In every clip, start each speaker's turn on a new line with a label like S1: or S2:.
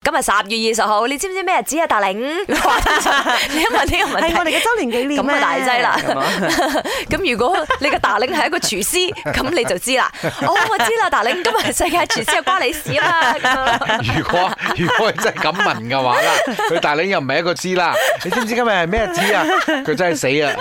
S1: 今日十月二十號，你知唔知咩日子啊？達 令，你一問呢個問
S2: 係哎我
S1: 題。
S2: 哋嘅周年紀念
S1: 咁啊大劑啦
S2: 咁啊
S1: 咁如果你個達令係一個廚師，咁你就知 啦。哦，我知啦，達令，今日係世界廚師，關你事啦。 咁樣咯
S3: 如果如果真係咁問嘅話啦，佢大你又唔係一個知啦。你知唔知今日係咩知啊？佢真係死啊！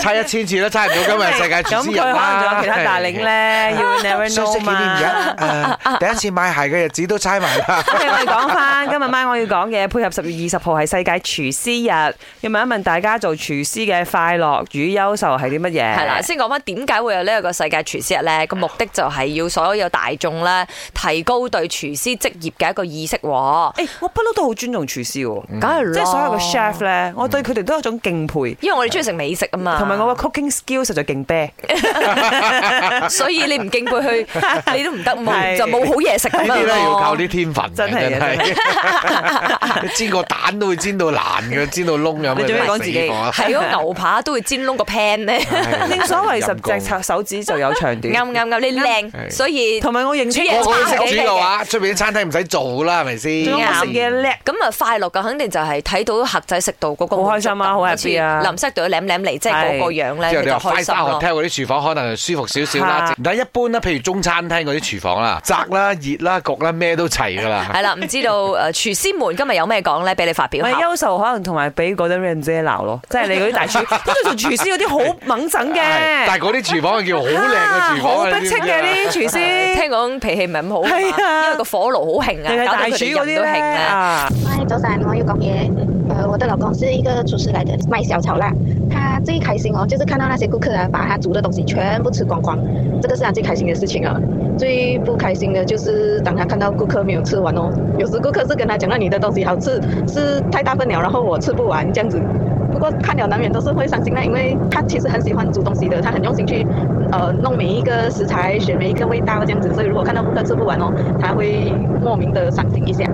S3: 猜一千次都猜唔到今日係世界廚
S2: 咁
S3: 師
S2: 佢
S3: 日
S2: 可能仲
S3: 啦。
S2: 有其他大
S1: 啊
S2: 領咧，要 never
S3: 相識
S2: know
S3: 紀念
S2: 嘛。
S3: 日， 誒第一次買鞋嘅日子都猜埋啦。
S2: OK，我哋講翻今日晚我要講嘅，配合十月二十號係世界廚師日，要問一問大家做廚師嘅快樂與憂愁係啲乜嘢？
S1: 係啦，先講翻點解會有呢一個世界廚師日咧？個目的就係要所有大眾咧提高對廚師職業嘅一個意識喎。
S2: 誒，我不嬲都好尊重廚師喎，
S1: 梗係啦，
S2: 嗯即係所有嘅 chef 咧，我對佢哋都有一種敬佩，
S1: 因為我哋中意食美嗯食啊嘛，
S2: 同埋我嘅 cooking skill 實在勁 啤。
S1: 所以你唔敬佩佢，你都唔得，冇
S2: 係
S1: 就冇好嘢食咁
S3: 呢啲
S1: 樣
S3: 咧要靠
S1: 咯。
S3: 啲天分嘅，
S2: 真係啊
S3: 係煎個蛋都會煎到爛嘅， 煎到窿咁嘅。
S2: 你做咩講自己
S3: 死火啊
S1: 係咯，牛扒都會煎窿個 pan 咧，
S2: 正所謂十
S3: 陰公
S2: 隻手指就有長 短，
S1: 啱啱啱，你靚，
S3: 係
S1: 所以
S2: 同埋我認出
S1: 煮嘢
S3: 個個都識
S1: 炒
S3: 煮嘅話，啊出邊啲餐廳唔使做啦，係咪先？
S2: 仲有我食嘢叻。
S1: 咁啊快樂嘅肯定就係睇到客仔食到嗰個
S2: 好開心啊好 happy 啊
S1: 淋濕到舐舐嚟，即係
S2: 係
S1: 嗰個樣咧，佢
S3: 之後你
S1: 就
S3: 話
S1: 開
S3: five
S1: 心啊
S3: star
S1: 咯。
S3: hotel 嗰啲廚房可能舒服少少啦
S2: 嚇，
S3: 但係一般咧，譬如中餐廳嗰啲廚房啦，窄啦、熱啦、焗啦，咩都齊㗎啦。
S1: 係啦，唔知道誒廚師們今日有咩講咧，俾你發
S2: 唔
S1: 表
S2: 係啊
S1: 下。
S2: 優秀，可能同埋俾嗰啲 Ram 姐鬧咯，即係你嗰啲大廚，跟住做廚師嗰啲好猛整嘅，
S3: 係但係嗰啲廚房係叫好靚嘅廚
S2: 啊好
S3: 房啊，
S2: 逼
S3: 你
S2: 戚
S3: 知唔知啊
S2: 嘅啲 廚師，
S1: 聽講脾氣唔係咁好啊
S2: 係
S1: 嘛，
S2: 啊
S1: 因為個火爐好興
S2: 你係
S1: 啊，搞到
S2: 大
S1: 佢
S2: 廚
S1: 哋
S2: 嗰啲
S1: 人都
S2: 咧
S1: 興啊。
S2: 啊，
S4: 嗨，早上我又讲爷，呃，我的老公是一个厨师来的，卖小炒啦。他最开心哦，就是看到那些顾客啊，把他煮的东西全部吃光光，这个是他最开心的事情啊。最不开心的就是当他看到顾客没有吃完哦，有时顾客是跟他讲到你的东西好吃，是太大份了，然后我吃不完这样子。不过看了难免都是会伤心啦，因为他其实很喜欢煮东西的，他很用心去，呃，弄每一个啊食材，选每一个味道这样子，所以如果看到顾客吃不完哦，他会莫名的伤心一下。